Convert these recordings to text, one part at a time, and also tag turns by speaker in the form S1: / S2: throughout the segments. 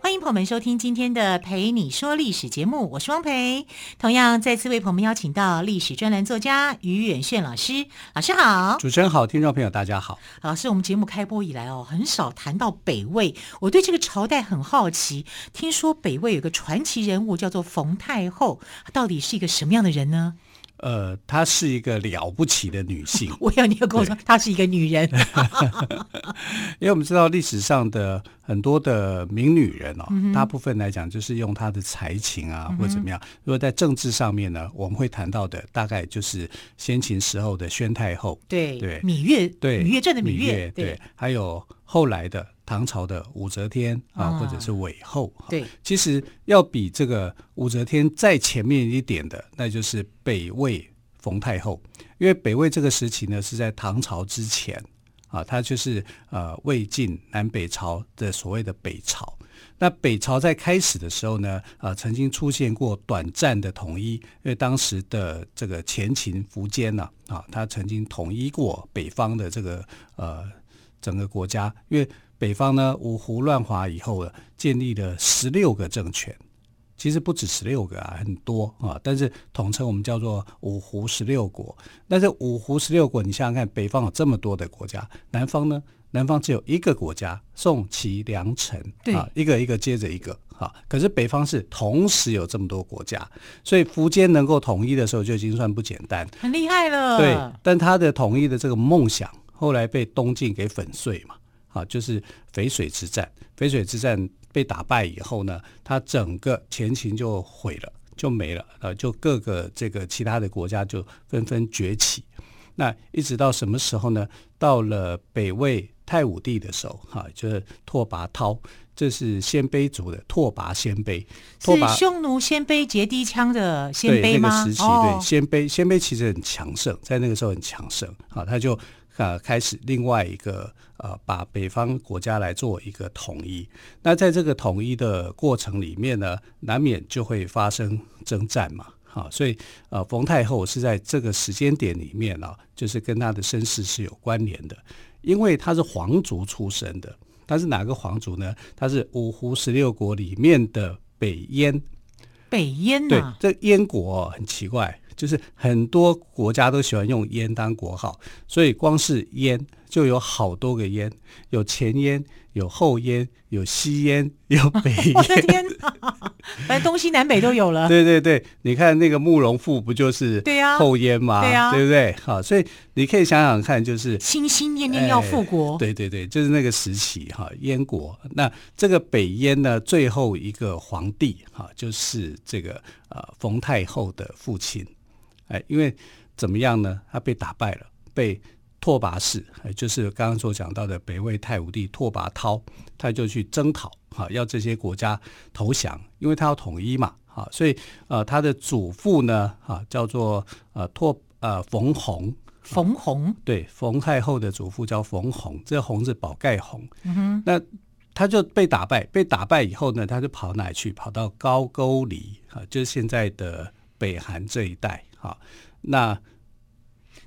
S1: 欢迎朋友们收听今天的《陪你说历史》节目，我是汪培。同样再次为朋友们邀请到历史专栏作家于远炫老师，老师好。
S2: 主持人好，听众朋友大家好。
S1: 老师，我们节目开播以来哦，很少谈到北魏，我对这个朝代很好奇。听说北魏有个传奇人物叫做冯太后，她到底是一个什么样的人呢？
S2: 呃，她是一个了不起的
S1: ，
S2: 女性
S1: 我要你要跟我说，她是一个女 人。
S2: 因为我们知道历史上的很多的名女人哦，
S1: 嗯
S2: 大部分来讲就是用她的才情啊，或者怎么样。如果在政治上面呢，我们会谈到的大概就是先秦时候的宣太后，
S1: 对
S2: 对
S1: 芈月，
S2: 对，
S1: 芈月镇的芈
S2: 芈
S1: 月，
S2: 对，还有后来的唐朝的武则天啊，
S1: 啊
S2: 或者是韦后。
S1: 对，
S2: 其实要比这个武则天再前面一点的，那就是北魏冯太后，因为北魏这个时期呢是在唐朝之前啊，它就是呃魏晋南北朝的所谓的北朝。那北朝在开始的时候呢，啊，曾经出现过短暂的统一，因为当时的这个前秦苻坚呢、啊，他曾经统一过北方的这个呃整个国家，因为北方呢五胡乱华以后呢，啊建立了十六个政权，其实不止十六个啊，很多啊，但是统称我们叫做五胡十六国。但是五胡十六国，你想想看，北方有这么多的国家，南方呢？南方只有一个国家，宋齐梁陈，
S1: 对
S2: 啊，一个一个接着一个啊。可是北方是同时有这么多国家，所以苻坚能够统一的时候就已经算不简单。
S1: 很厉害了。
S2: 对，但他的统一的这个梦想后来被东晋给粉碎嘛，啊，就是淝水之战。淝水之战被打败以后呢，他整个前秦就毁了，就没了，呃，就各个这个其他的国家就纷纷崛起。那一直到什么时候呢？到了北魏太武帝的时候，哈、就是拓跋焘，这是鲜卑族的拓跋鲜卑，拓
S1: 是
S2: 跋
S1: 匈奴鲜卑截第枪的鲜
S2: 对
S1: 卑
S2: 那
S1: 吗？
S2: 个时期，对
S1: 哦，
S2: 鲜卑，鲜卑其实很强盛，在那个时候很强盛啊，他就啊开始另外一个呃，把北方国家来做一个统一。那在这个统一的过程里面呢，难免就会发生征战嘛。啊，所以呃，冯太后是在这个时间点里面啊，就是跟她的身世是有关联的，因为她是皇族出身的。她是哪个皇族呢？她是五胡十六国里面的北燕
S1: 北燕
S2: 对
S1: 呐，，
S2: 这燕国哦很奇怪，就是很多国家都喜欢用燕当国号，所以光是燕就有好多个燕，有前燕，有后燕，有西燕，有北
S1: 我的
S2: 燕。
S1: 天哪，反正东西南北都有了。
S2: 对对对，你看那个慕容复不就是
S1: 对呀
S2: 后燕吗？
S1: 对呀
S2: 不对？好，所以你可以想想看，就是
S1: 心心念念要复国，
S2: 哎对对对，就是那个时期哈，燕国。那这个北燕呢，最后一个皇帝哈，就是这个呃冯太后的父亲。哎，因为怎么样呢？他被打败了，被拓跋氏，哎就是刚刚所讲到的北魏太武帝拓跋焘，他就去征讨哈，要这些国家投降，因为他要统一嘛。啊，所以呃，他的祖父呢，啊，叫做呃拓呃冯弘，
S1: 冯弘
S2: 对，冯太后的祖父叫冯弘，这弘是宝盖弘。那他就被打败，被打败以后呢，他就跑哪里去？跑到高句丽啊，就是现在的北韩这一带啊。那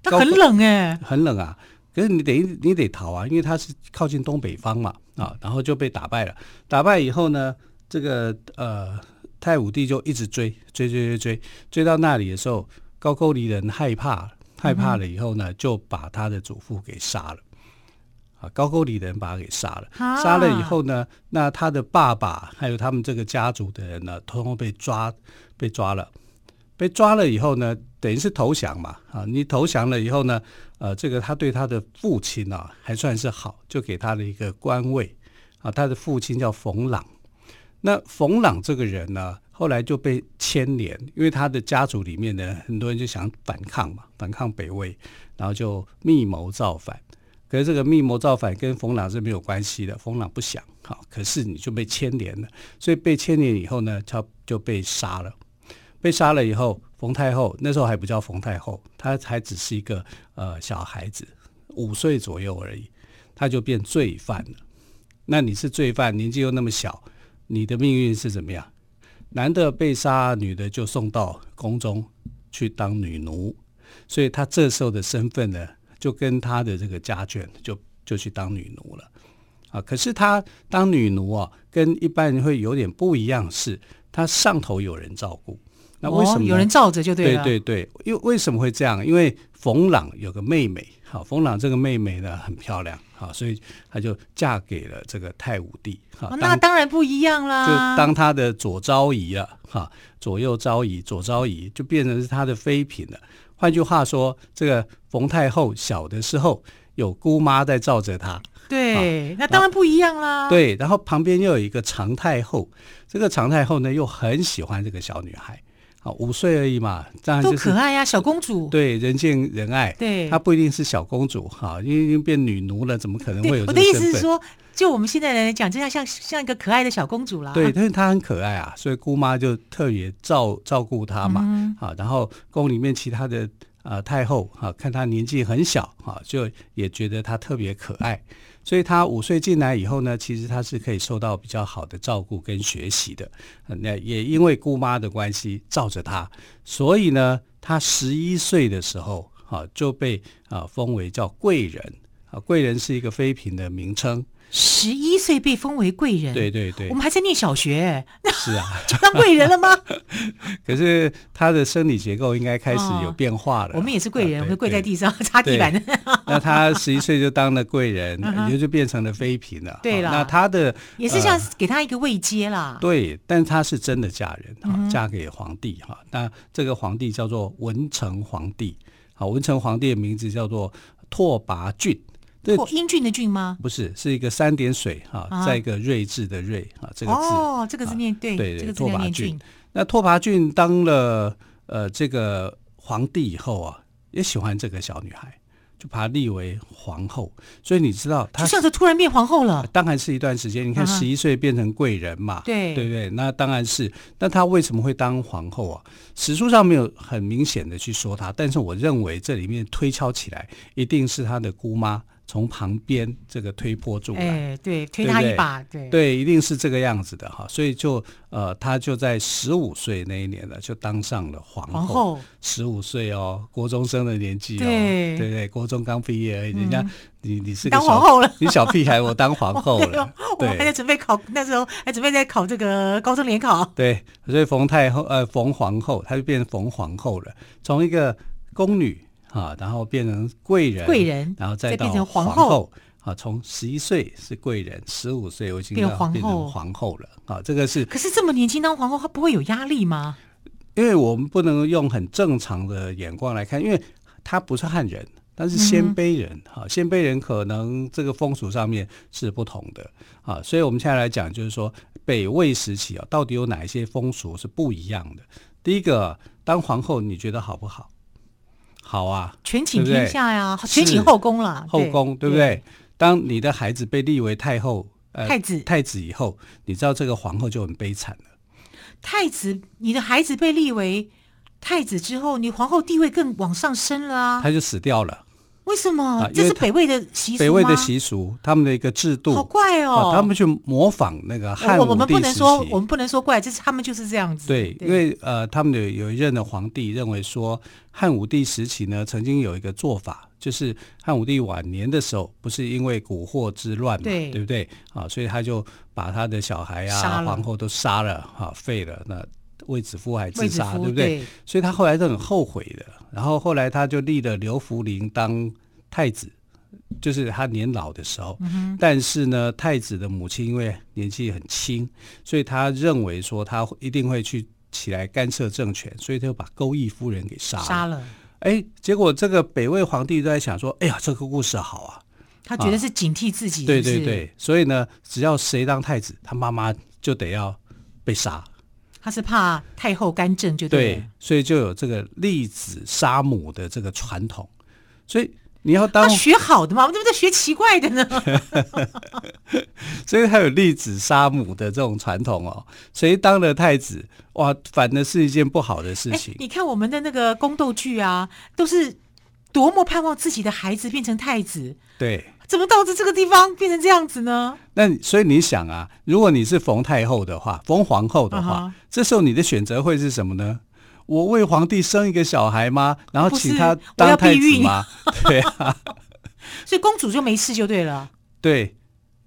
S1: 他
S2: 高
S1: 很冷哎、
S2: 很冷啊，可是你得你得逃啊，因为他是靠近东北方嘛啊，然后就被打败了。打败以后呢，这个呃太武帝就一直追追追追追，追到那里的时候，高句丽人害怕害怕了以后呢，就把他的祖父给杀了。啊，高句丽人把他给杀了，
S1: 啊
S2: 杀了以后呢，那他的爸爸还有他们这个家族的人呢，通通被抓，被抓了。被抓了以后呢，等于是投降嘛，啊，你投降了以后呢，呃，这个他对他的父亲啊还算是好，就给他了一个官位，啊，他的父亲叫冯朗。那冯朗这个人呢，后来就被牵连，因为他的家族里面呢，很多人就想反抗嘛，反抗北魏，然后就密谋造反。可是这个密谋造反跟冯朗是没有关系的，冯朗不想好，可是你就被牵连了，所以被牵连以后呢，他就被杀了。被杀了以后，冯太后那时候还不叫冯太后，她还只是一个呃小孩子，五岁左右而已，她就变罪犯了。那你是罪犯，年纪又那么小，你的命运是怎么样？男的被杀，女的就送到宫中去当女奴，所以她这时候的身份呢，就跟她的这个家眷就就去当女奴了。啊，可是她当女奴啊，跟一般人会有点不一样是，她上头有人照顾。那为什么
S1: 哦
S2: 呢、
S1: 有人罩着就
S2: 对
S1: 了？
S2: 对对，因为为什么会这样？因为冯朗有个妹妹，好，冯朗这个妹妹呢很漂亮，好，所以她就嫁给了这个太武帝，哈、
S1: 哦那
S2: 啊当
S1: 当然不一样啦。
S2: 就当她的左昭仪了，哈、左右昭仪，左昭仪就变成是她的妃嫔了。换句话说，这个冯太后小的时候有姑妈在罩着她，
S1: 对，那当然不一样啦。，
S2: 啊对，然后旁边又有一个常太后，这个常太后呢又很喜欢这个小女孩，好，五岁而已嘛，当然
S1: 多
S2: 就是
S1: 可爱呀、小公主。
S2: 对，人见人爱。
S1: 对
S2: 她不一定是小公主哈，因为已经变女奴了，怎么可能会有
S1: 我的
S2: 这个
S1: 意
S2: 身
S1: 思是
S2: 份？
S1: 说，就我们现在来讲，真的像像一个可爱的小公主啦。
S2: 对，但是她很可爱啊，所以姑妈就特别照照顾她嘛。
S1: 嗯
S2: 啊，然后宫里面其他的呃太后啊，看她年纪很小啊，就也觉得她特别可爱，所以她五岁进来以后呢，其实她是可以受到比较好的照顾跟学习的。呃那、也因为姑妈的关系罩着她，所以呢，她十一岁的时候啊就被啊封为叫贵人啊，贵人是一个妃嫔的名称。
S1: 十一岁被封为贵人。
S2: 对对对
S1: 我，们还在念小学，
S2: 是啊。
S1: 就当贵人了吗？
S2: 可是她的生理结构应该开始有
S1: 哦
S2: 变化了。
S1: 我们也是贵人，
S2: 啊
S1: 我
S2: 对
S1: 们跪
S2: 对
S1: 在地上擦地板的。
S2: 那她十一岁就当了贵人，
S1: 嗯哼
S2: 也就变成了妃嫔了。
S1: 对
S2: 了，
S1: 啦
S2: 那她的 呃
S1: 也是
S2: 啊
S1: 像给他一个慰藉啦。
S2: 对，但她是真的嫁人
S1: 嗯
S2: 哈、嫁给皇帝哈、那这个皇帝叫做文成皇帝，好，文成皇帝的名字叫做拓跋浚。这
S1: 或英俊的俊吗？
S2: 不是是一个三点水哈、
S1: 啊
S2: 再一个睿智的睿哈、这个字。啊
S1: 哦，这个字念对，
S2: 对对
S1: 这个字
S2: 拓
S1: 念
S2: 跋
S1: 念
S2: 浚
S1: 俊。
S2: 那拓跋浚当了呃这个皇帝以后啊，也喜欢这个小女孩，就把她立为皇后。所以你知道她
S1: 就像是突然变皇后了。
S2: 当然是一段时间。你看，
S1: 嗯哼
S2: 十一岁变成贵人嘛，
S1: 对
S2: 对不对？那当然是。那她为什么会当皇后啊？史书上没有很明显的去说她，但是我认为这里面推敲起来，一定是她的姑妈从旁边这个推波助澜。
S1: 哎，对，推他
S2: 啊对不
S1: 一
S2: 对
S1: 把，对
S2: 对，一定是这个样子的哈，所以就呃，她就在十五岁那一年呢，就当上了皇
S1: 皇
S2: 后。
S1: 后
S2: 十五岁哦，国中生的年纪哦，
S1: 对嗯
S2: 对不对，国中刚毕业而已，人家、你你是个
S1: 当
S2: 小
S1: 皇后了。
S2: 你小屁孩，我当皇后
S1: 对哦
S2: 了，
S1: 我们还在准备考，那时候还准备在考这个高中联考。
S2: 对，所以冯太后呃冯皇后，她就变成冯皇后了，从一个宫女啊，然后变成贵人，
S1: 贵人
S2: 然后再
S1: 再
S2: 到
S1: 变成皇
S2: 皇
S1: 后
S2: 啊，从十一岁是贵人，十五岁我已经
S1: 变
S2: 要
S1: 皇
S2: 变
S1: 后
S2: 成皇后了啊，这个是
S1: 可是这么年轻当皇后，她不会有压力吗？
S2: 因为我们不能用很正常的眼光来看，因为他不是汉人，他是
S1: 嗯
S2: 鲜卑人哈、鲜卑人可能这个风俗上面是不同的啊，所以我们现在来讲，就是说北魏时期啊，到底有哪一些风俗是不一样的？第一个，当皇后你觉得好不好？好啊，
S1: 权倾
S2: 对不对
S1: 天下呀，权
S2: 是
S1: 倾后宫啦，
S2: 后宫对不
S1: 对？
S2: 对？当你的孩子被立为太后、呃
S1: 太子
S2: 太子以后，你知道这个皇后就很悲惨了。
S1: 太子，你的孩子被立为太子之后，你皇后地位更往上升了啊？
S2: 她就死掉了，
S1: 为什么
S2: 啊？因
S1: 这
S2: 为
S1: 是
S2: 他
S1: 北魏的习俗
S2: 北魏的
S1: 吗
S2: 习俗，他们的一个制度，
S1: 好怪哦
S2: 啊，。他们去模仿那个汉
S1: 我
S2: 武帝
S1: 我们不能
S2: 时
S1: 说，
S2: 期
S1: 我们不能说怪，这是他们就是这样子。
S2: 对，因为呃，他们有有一任的皇帝认为说，汉武帝时期呢，曾经有一个做法，就是汉武帝晚年的时候，不是因为蛊惑之乱嘛，
S1: 对
S2: 不对啊？所以他就把他的小孩
S1: 杀
S2: 啊、
S1: 了
S2: 皇后都杀了啊，废了。那卫子夫还自
S1: 卫子
S2: 杀，
S1: 夫
S2: 对不对？
S1: 对
S2: 所以他后来都很后悔的。然后后来他就立了刘弗陵当太子，就是他年老的时候。
S1: 嗯
S2: 但是呢，太子的母亲因为年纪很轻，所以他认为说他一定会去起来干涉政权，所以他就把勾弋夫人给杀了。
S1: 杀了，
S2: 哎，结果这个北魏皇帝都在想说，哎呀，这个故事好啊，
S1: 他觉得是警惕自己，
S2: 对
S1: 是不
S2: 对
S1: 是，
S2: 对，所以呢，只要谁当太子，他妈妈就得要被杀。
S1: 他是怕太后干政，就
S2: 对
S1: 了，
S2: 所以就有这个立子杀母的这个传统。所以你要当
S1: 他学好的嘛，我们怎么在学奇怪的呢？
S2: 所以他有立子杀母的这种传统哦。谁当了太子，哇，反而是一件不好的事
S1: 哎
S2: 情，。
S1: 你看我们的那个宫斗剧啊，都是多么盼望自己的孩子变成太子，
S2: 对，
S1: 怎么导致这个地方变成这样子呢？
S2: 那你所以你想啊，如果你是冯太后的话，冯皇后的话
S1: 嗯哼
S2: 这时候你的选择会是什么呢？我为皇帝生一个小孩吗？然后
S1: 不
S2: 请
S1: 是
S2: 他
S1: 我要
S2: 当
S1: 避
S2: 太子
S1: 孕
S2: 吗？对啊，
S1: 所以公主就没事就对了。
S2: 对，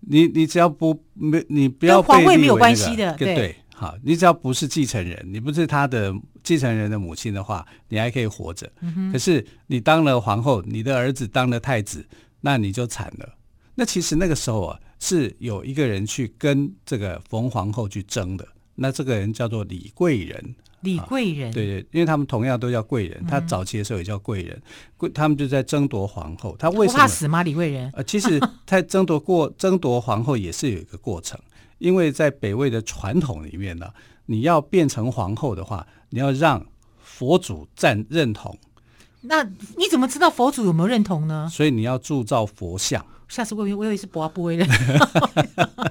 S2: 你你只要不没你不要
S1: 跟皇
S2: 被
S1: 位
S2: 立
S1: 没有
S2: 为
S1: 关
S2: 那个
S1: 系的
S2: 跟
S1: 对
S2: 对，好，你只要不是继承人，你不是他的继承人的母亲的话，你还可以活着。
S1: 嗯
S2: 可是你当了皇后，你的儿子当了太子，那你就惨了。那其实那个时候啊，是有一个人去跟这个冯皇后去争的。那这个人叫做李贵人，
S1: 李贵人，
S2: 啊对对，因为他们同样都叫贵人，
S1: 嗯
S2: 他早期的时候也叫贵人，贵他们就在争夺皇后。他为
S1: 不
S2: 什
S1: 怕
S2: 么
S1: 死吗？李贵人，
S2: 呃，其实，在争夺过争夺皇后也是有一个过程，因为在北魏的传统里面呢，你要变成皇后的话，你要让佛祖赞认同，
S1: 那你怎么知道佛祖有没有认同呢？
S2: 所以你要铸造佛像。
S1: 下次我以为我以为是博阿波威了，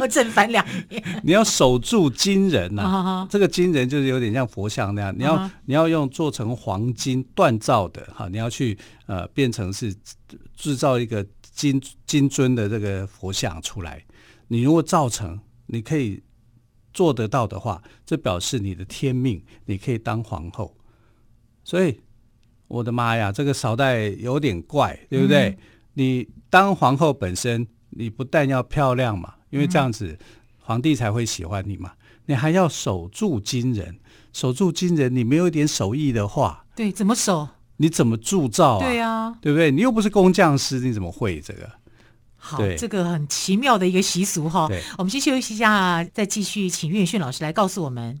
S1: 我正反两面。
S2: 你要守住金人呐、
S1: 啊哈
S2: 这个金人就是有点像佛像那样，你要、
S1: 啊哈
S2: 你要用做成黄金锻造的哈，你要去呃变成是制造一个金金尊的这个佛像出来。你如果造成，你可以做得到的话，这表示你的天命，你可以当皇后。所以，我的妈呀，这个朝代有点怪，对不对？你当皇后本身，你不但要漂亮嘛，因为这样子皇帝才会喜欢你嘛，你还要守住金人，守住金人，你没有一点手艺的话，
S1: 对，怎么守？
S2: 你怎么铸造啊？
S1: 对啊，
S2: 对不对？你又不是工匠师，你怎么会这个？
S1: 好，
S2: 对
S1: 这个很奇妙的一个习俗哈
S2: 对。
S1: 我们先休息一下，再继续请岳迅老师来告诉我们。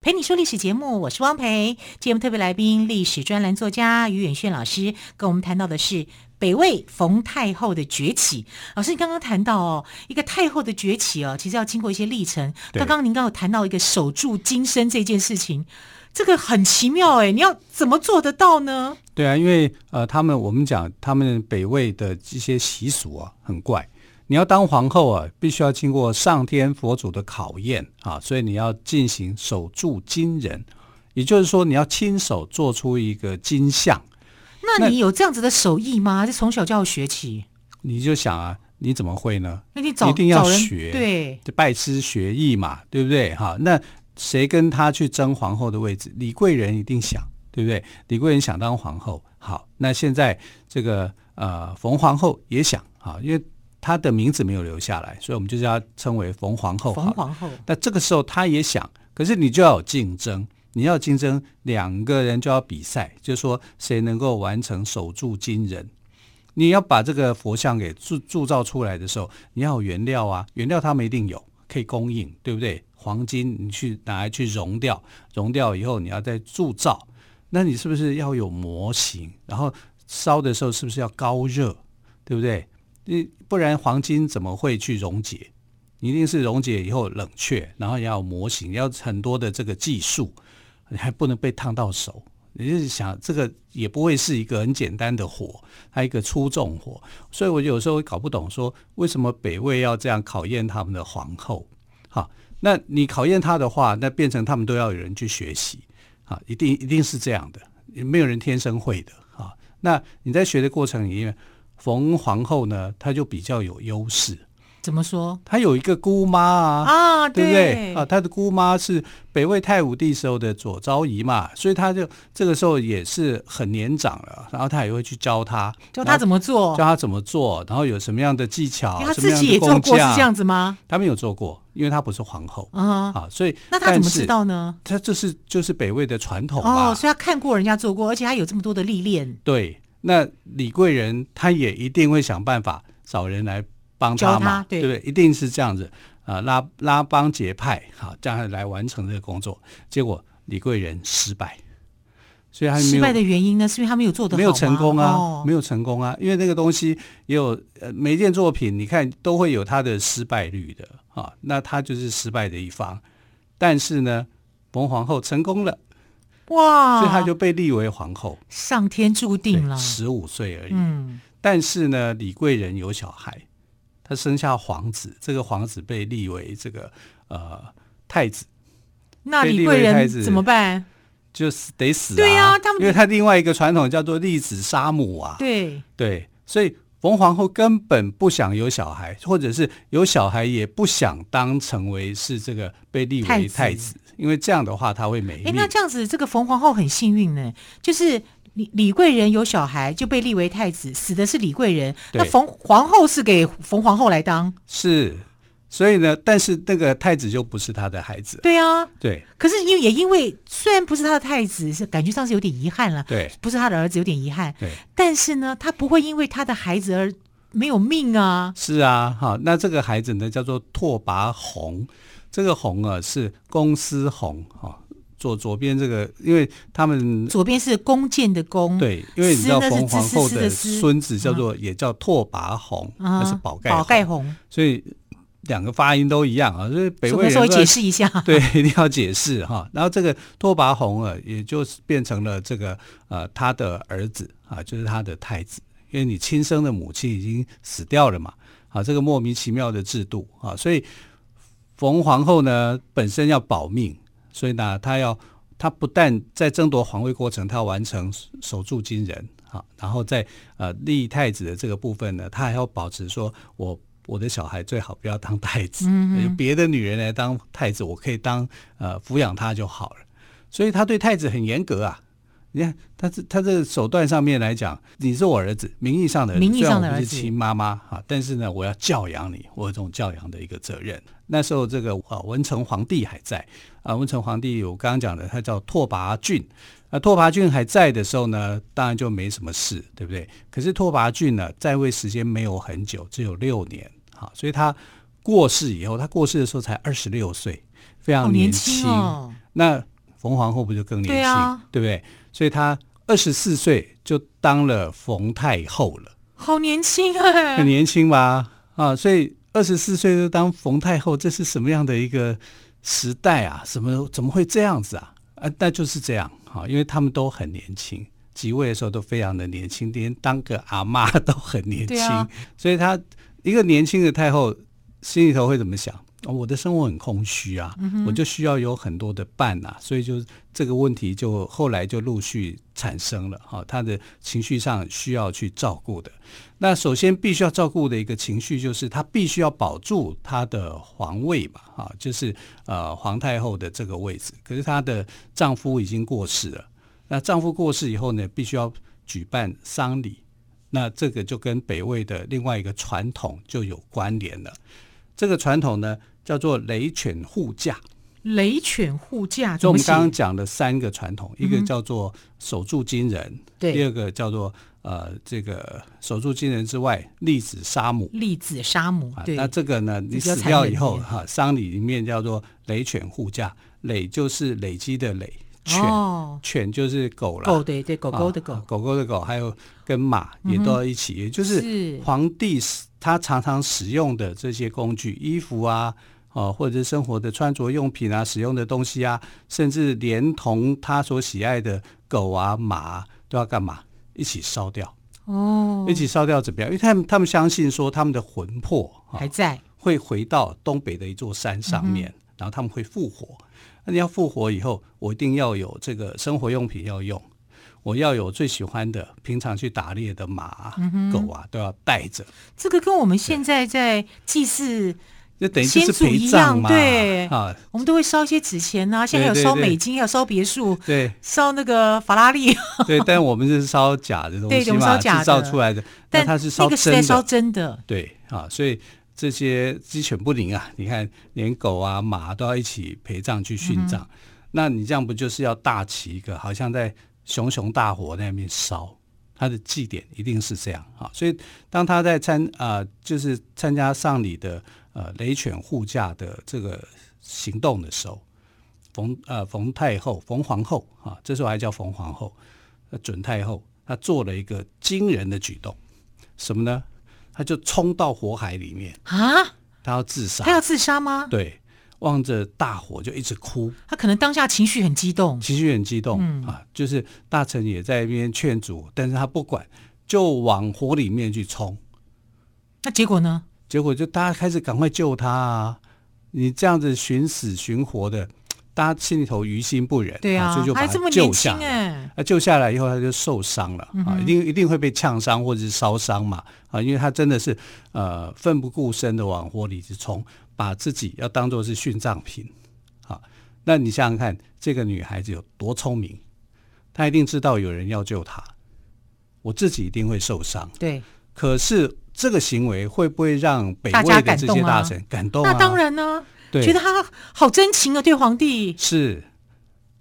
S1: 陪你说历史节目，我是汪培。节目特别来宾，历史专栏作家于远炫老师跟我们谈到的是北魏冯太后的崛起。老师，你刚刚谈到哦，一个太后的崛起哦，其实要经过一些历程。
S2: 对
S1: 刚刚您刚有谈到一个守住金身这件事情，这个很奇妙哎，你要怎么做得到呢？
S2: 对啊，因为呃，他们我们讲他们北魏的一些习俗啊，很怪。你要当皇后啊，必须要经过上天佛祖的考验啊，所以你要进行手铸金人，也就是说你要亲手做出一个金像。
S1: 那
S2: 那
S1: 你有这样子的手艺吗？是从小就要学起？
S2: 你就想啊，你怎么会呢？
S1: 那你找
S2: 一定要
S1: 找人
S2: 学
S1: 对，
S2: 就拜师学艺嘛，对不对？哈，那谁跟他去争皇后的位置？李贵人一定想，对不对？李贵人想当皇后，好，那现在这个呃冯皇后也想啊，因为她的名字没有留下来，所以我们就叫她称为冯皇后。
S1: 冯。皇后
S2: 那这个时候她也想，可是你就要有竞争，你要竞争，两个人就要比赛，就是说谁能够完成守住金人。你要把这个佛像给铸铸造出来的时候，你要有原料啊，原料他们一定有，可以供应，对不对？黄金你去拿来去熔掉，熔掉以后你要再铸造，那你是不是要有模型？然后烧的时候是不是要高热，对不对？你不然黄金怎么会去溶解？你一定是溶解以后冷却，然后也要有模型，要很多的这个技术，你还不能被烫到手。你就是想，这个也不会是一个很简单的火，它一个出重火，所以我有时候会搞不懂，说为什么北魏要这样考验他们的皇后？好，那你考验他的话，那变成他们都要有人去学习啊，一定一定是这样的，也没有人天生会的啊。那你在学的过程里面，冯皇后呢，她就比较有优势，
S1: 怎么说
S2: 他有一个姑妈啊，
S1: 啊？
S2: 对不对？啊，他的姑妈是北魏太武帝时候的左昭仪嘛，所以他就这个时候也是很年长了，然后他也会去教他，
S1: 教他怎
S2: 么
S1: 么做
S2: 教？他怎么做，然后有什么样的技巧，
S1: 因为他
S2: 什么
S1: 自
S2: 样
S1: 己
S2: 的
S1: 也做
S2: 工
S1: 过是
S2: 匠
S1: 这样，子吗？
S2: 他没有做过，因为他不是皇后、
S1: 啊，
S2: 啊，所以
S1: 那他怎么
S2: 但是
S1: 知道呢？
S2: 他这是就是北魏的传统嘛。
S1: 哦，所以他看过人家做过，而且他有这么多的历练，
S2: 对，那李贵人他也一定会想办法找人来帮
S1: 教
S2: 他
S1: 他
S2: 嘛，
S1: 对
S2: 不对？一定是这样子啊、拉拉帮结派，好，这样来完成这个工作。结果李贵人失败，所以他没
S1: 失
S2: 有
S1: 败的原因呢，是因为他没有做得好
S2: 没有成功
S1: 吗
S2: 啊，
S1: 哦
S2: 没有成功啊，因为那个东西也有呃，每一件作品你看都会有它的失败率的啊，那他就是失败的一方。但是呢，冯皇后成功了，
S1: 哇，
S2: 所以她就被立为皇后，
S1: 上天注定哦了，
S2: 十五岁而已。
S1: 嗯，
S2: 但是呢，李贵人有小孩，他生下皇子，这个皇子被立为这个呃太子，
S1: 那
S2: 被
S1: 李
S2: 立
S1: 贵
S2: 为太
S1: 人
S2: 子
S1: 怎么办？
S2: 就是得死、啊。
S1: 对呀他们
S2: 因为他另外一个传统叫做立子杀母啊。
S1: 对，
S2: 对，所以冯皇后根本不想有小孩，或者是有小孩也不想当成为是这个被立为
S1: 太
S2: 太
S1: 子
S2: 子，因为这样的话他会没
S1: 哎，
S2: 命。
S1: 那这样子，这个冯皇后很幸运呢，就是。李李贵人有小孩就被立为太子，死的是李贵人。
S2: 对
S1: 那冯皇后是给冯皇后来当，
S2: 是，所以呢，但是那个太子就不是他的孩子。
S1: 对啊。
S2: 对
S1: 可是因为也因为虽然不是他的太子，是感觉上是有点遗憾了，
S2: 对
S1: 不是他的儿子有点遗憾。
S2: 对。
S1: 但是呢，他不会因为他的孩子而没有命啊。
S2: 是啊，好，那这个孩子呢叫做拓跋宏，这个宏啊是公司宏哦，左左边这个，因为他们
S1: 左边是弓箭的弓，，
S2: 对，因为你知道
S1: 思呢嗯是
S2: 冯皇后
S1: 知识思的
S2: 的
S1: 思
S2: 孙子叫做、也叫拓跋宏，那、
S1: 啊，
S2: 是宝盖
S1: 宝盖
S2: 宏，
S1: 红。
S2: 所以两个发音都一样啊，所以北
S1: 所以我
S2: 魏人
S1: 稍微
S2: 不知道
S1: 解释一下，
S2: 对，一定要解释哈。然后这个拓跋宏啊，也就是变成了这个呃他的儿子啊，就是他的太子，因为你亲生的母亲已经死掉了嘛。啊，这个莫名其妙的制度啊，所以冯皇后呢本身要保命，所以呢她要她不但在争夺皇位过程，她要完成守住金人啊，然后在呃立太子的这个部分呢，她还要保持说我。我的小孩最好不要当太子，
S1: 嗯
S2: 有 别的女人来当太子，我可以当呃抚养他就好了。所以他对太子很严格啊。你看他这他这手段上面来讲，你是我儿子，名义上的儿子
S1: 名义上的
S2: 虽然我
S1: 儿
S2: 不
S1: 子
S2: 是亲妈妈哈，但是呢，我要教养你，我有这种教养的一个责任。那时候这个啊文成皇帝还在啊，文成皇帝我刚刚讲的，他叫拓跋浚。那拓跋浚还在的时候呢，当然就没什么事，对不对？可是拓跋浚呢，在位时间没有很久，只有六年，好，所以他过世以后，他过世的时候才二十六岁，非
S1: 好
S2: 常
S1: 年
S2: 轻。
S1: 轻哦。
S2: 那冯皇后不就更年轻，
S1: 对啊
S2: 对不对？所以她二十四岁就当了冯太后了，
S1: 好年轻 哎、
S2: 很年轻吧？啊，所以二十四岁就当冯太后，这是什么样的一个时代啊？什么怎么会这样子啊？啊，那就是这样啊，因为他们都很年轻。即位的时候都非常的年轻，连当个阿妈都很年
S1: 对
S2: 轻，
S1: 啊
S2: 所以她一个年轻的太后心里头会怎么想？哦我的生活很空虚啊，
S1: 嗯
S2: 我就需要有很多的伴啊，所以就这个问题就后来就陆续产生了哈、他的情绪上需要去照顾的。那首先必须要照顾的一个情绪就是他必须要保住他的皇位嘛，哈、就是呃皇太后的这个位置。可是她的丈夫已经过世了，那丈夫过世以后呢，必须要举办丧礼，那这个就跟北魏的另外一个传统就有关联了。这个传统呢，叫做雷犬护驾，
S1: 啊雷犬护驾，
S2: 就我们
S1: 怎
S2: 刚
S1: 么
S2: 刚
S1: 写
S2: 讲的三个传统，一个叫做守住金人，
S1: 嗯对
S2: 第二个叫做呃这个守住金人之外，立子杀母。
S1: 粒子沙姆
S2: 啊，
S1: 对，
S2: 那这个呢，
S1: 比
S2: 你
S1: 较
S2: 死
S1: 残
S2: 掉
S1: 忍
S2: 以
S1: 一
S2: 后
S1: 点
S2: 哈、丧礼里面叫做雷犬护驾，累就是累积的累，犬、
S1: 哦，
S2: 犬就是狗啦，
S1: 狗对对，狗狗的嗯
S2: 啊
S1: 狗，
S2: 狗狗的狗，还有跟马也都要一起，也就是
S1: 是
S2: 皇帝使他常常使用的这些工具，衣服啊，哦、或者是生活的穿着用品啊，使用的东西啊，甚至连同他所喜爱的狗啊、马啊都要干嘛？一起烧掉，
S1: 哦，
S2: 一起烧掉怎么样？因为他们他们相信说他们的魂魄啊
S1: 还在，
S2: 会回到东北的一座山
S1: 嗯
S2: 上面，然后他们会复活。那你要复活以后，我一定要有这个生活用品要用，我要有最喜欢的，平常去打猎的马啊、
S1: 嗯
S2: 狗啊都要带着，
S1: 这个跟我们现在在祭祀，
S2: 就等于就是
S1: 先祖
S2: 陪
S1: 一
S2: 葬
S1: 样
S2: 嘛，
S1: 对
S2: 啊，
S1: 我们都会烧一些纸钱呐、现在还有
S2: 对对
S1: 烧
S2: 对
S1: 美金，还有烧别墅，
S2: 对
S1: 烧那个法拉 利，
S2: 对，但我们是烧假的东
S1: 对
S2: 西
S1: 我们
S2: 嘛，
S1: 烧假
S2: 制造
S1: 的
S2: 出来的，那
S1: 但
S2: 它是烧
S1: 那个是在
S2: 真
S1: 烧
S2: 的，
S1: 真的，
S2: 对啊，所以这些鸡犬不宁啊，你看连狗啊马都要一起陪葬去殉葬，那你这样不就是要大起一个，好像在熊熊大火那边烧？它的祭典一定是这样啊，所以当他在参啊、就是参加丧礼的呃雷犬护驾的这个行动的时候，冯呃冯太后、冯皇后啊，这时候还叫冯皇后，呃准太后，她做了一个惊人的举动，什么呢？她就冲到火海里面，
S1: 啊，
S2: 她要自杀
S1: 他，要自杀吗？
S2: 对，望着大火就一直哭，
S1: 他可能当下情绪很激动，
S2: 情绪很激动、
S1: 嗯
S2: 啊，就是大臣也在一边劝阻，但是她不管，就往火里面去冲，
S1: 那结果呢？
S2: 结果就大家开始赶快救她啊！你这样子寻死寻活的，大家心里头于心不忍，
S1: 对啊
S2: 所以就，把
S1: 还
S2: 她
S1: 这么年
S2: 救下
S1: 轻
S2: 来。
S1: 哎、
S2: 啊，救下来以后他就受伤了
S1: 嗯
S2: 啊，一定一定会被呛伤或者是烧伤嘛啊，因为他真的是呃奋不顾身的往火里去冲，把自己要当做是殉葬品啊。那你想想看，这个女孩子有多聪明，她一定知道有人要救她，我自己一定会受伤。
S1: 对，
S2: 可是这个行为会不会让北
S1: 大
S2: 魏
S1: 家
S2: 的
S1: 感
S2: 这
S1: 动
S2: 些
S1: 啊
S2: 大臣感动啊？
S1: 那当然呢、
S2: 对，
S1: 觉得他好真情啊，对皇帝，
S2: 是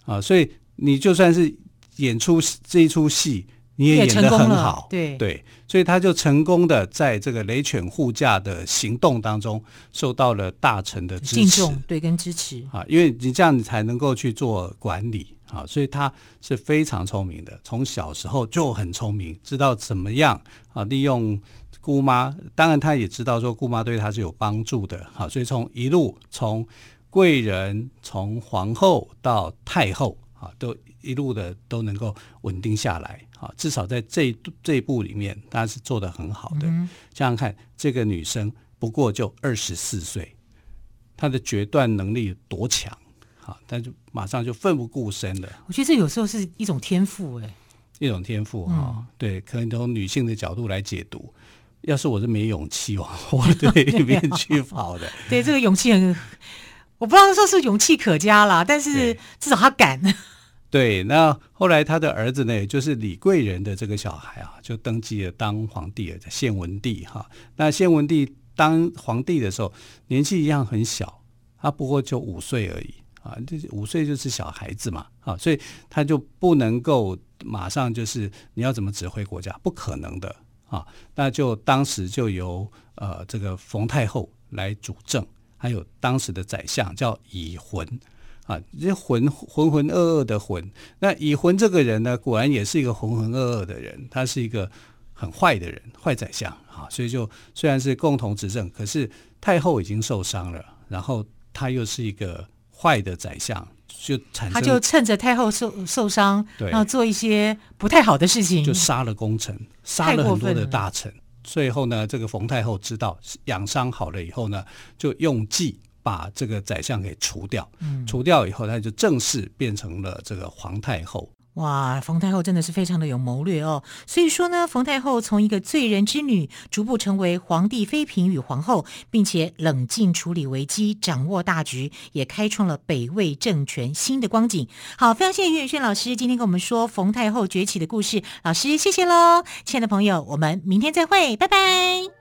S2: 啊，所以你就算是演出这一出戏，你
S1: 也
S2: 也演
S1: 成
S2: 得
S1: 功
S2: 很
S1: 了
S2: 好，
S1: 对
S2: 所以他就成功的在这个雷犬护驾的行动当中受到了大臣的支
S1: 敬
S2: 持
S1: 重对跟支持，
S2: 啊，因为你这样你才能够去做管理啊，所以他是非常聪明的，从小时候就很聪明，知道怎么样啊利用。姑妈，当然他也知道说姑妈对他是有帮助的，好，所以从一路从贵人从皇后到太后啊，都一路的都能够稳定下来啊。至少在这一这一步里面，她是做得很好的。想想看，这个女生不过就二十四岁，她的决断能力多强啊！但就马上就奋不顾身的
S1: 我觉得这有时候是一种天赋哎、
S2: 一种天赋啊、对，可能从女性的角度来解读。要是我是没勇气往火堆里面去跑的，
S1: 对，这个勇气很，我不知道说是勇气可嘉啦，但是
S2: 对
S1: 至少他敢，
S2: 对，那后来他的儿子呢，也就是李贵人的这个小孩啊，就登基了当皇帝了，献文帝哈。那献文帝当皇帝的时候，年纪一样很小，他不过就五岁而已啊，这五岁就是小孩子嘛啊，所以他就不能够马上就是你要怎么指挥国家，不可能的啊。那就当时就由呃这个冯太后来主政，还有当时的宰相叫乙浑。啊，这浑浑浑噩噩的浑。那乙浑这个人呢，果然也是一个浑浑噩噩的人，他是一个很坏的人，坏宰相啊。所以就虽然是共同执政，可是太后已经受伤了，然后他又是一个坏的宰相，就产
S1: 他
S2: 生
S1: 就趁着太后受受伤，
S2: 对
S1: 然后做一些不太好的事情，
S2: 就杀了功臣，杀了很多的大臣。最后呢，这个冯太后知道养伤好了以后呢，就用计把这个宰相给除掉。除掉以后，她就正式变成了这个皇太后。
S1: 哇，冯太后真的是非常的有谋略哦。所以说呢，冯太后从一个罪人之女，逐步成为皇帝妃嫔与皇后，并且冷静处理危机，掌握大局，也开创了北魏政权新的光景。好，非常谢谢于远轩老师今天跟我们说冯太后崛起的故事，老师谢谢喽，亲爱的朋友，我们明天再会，拜拜。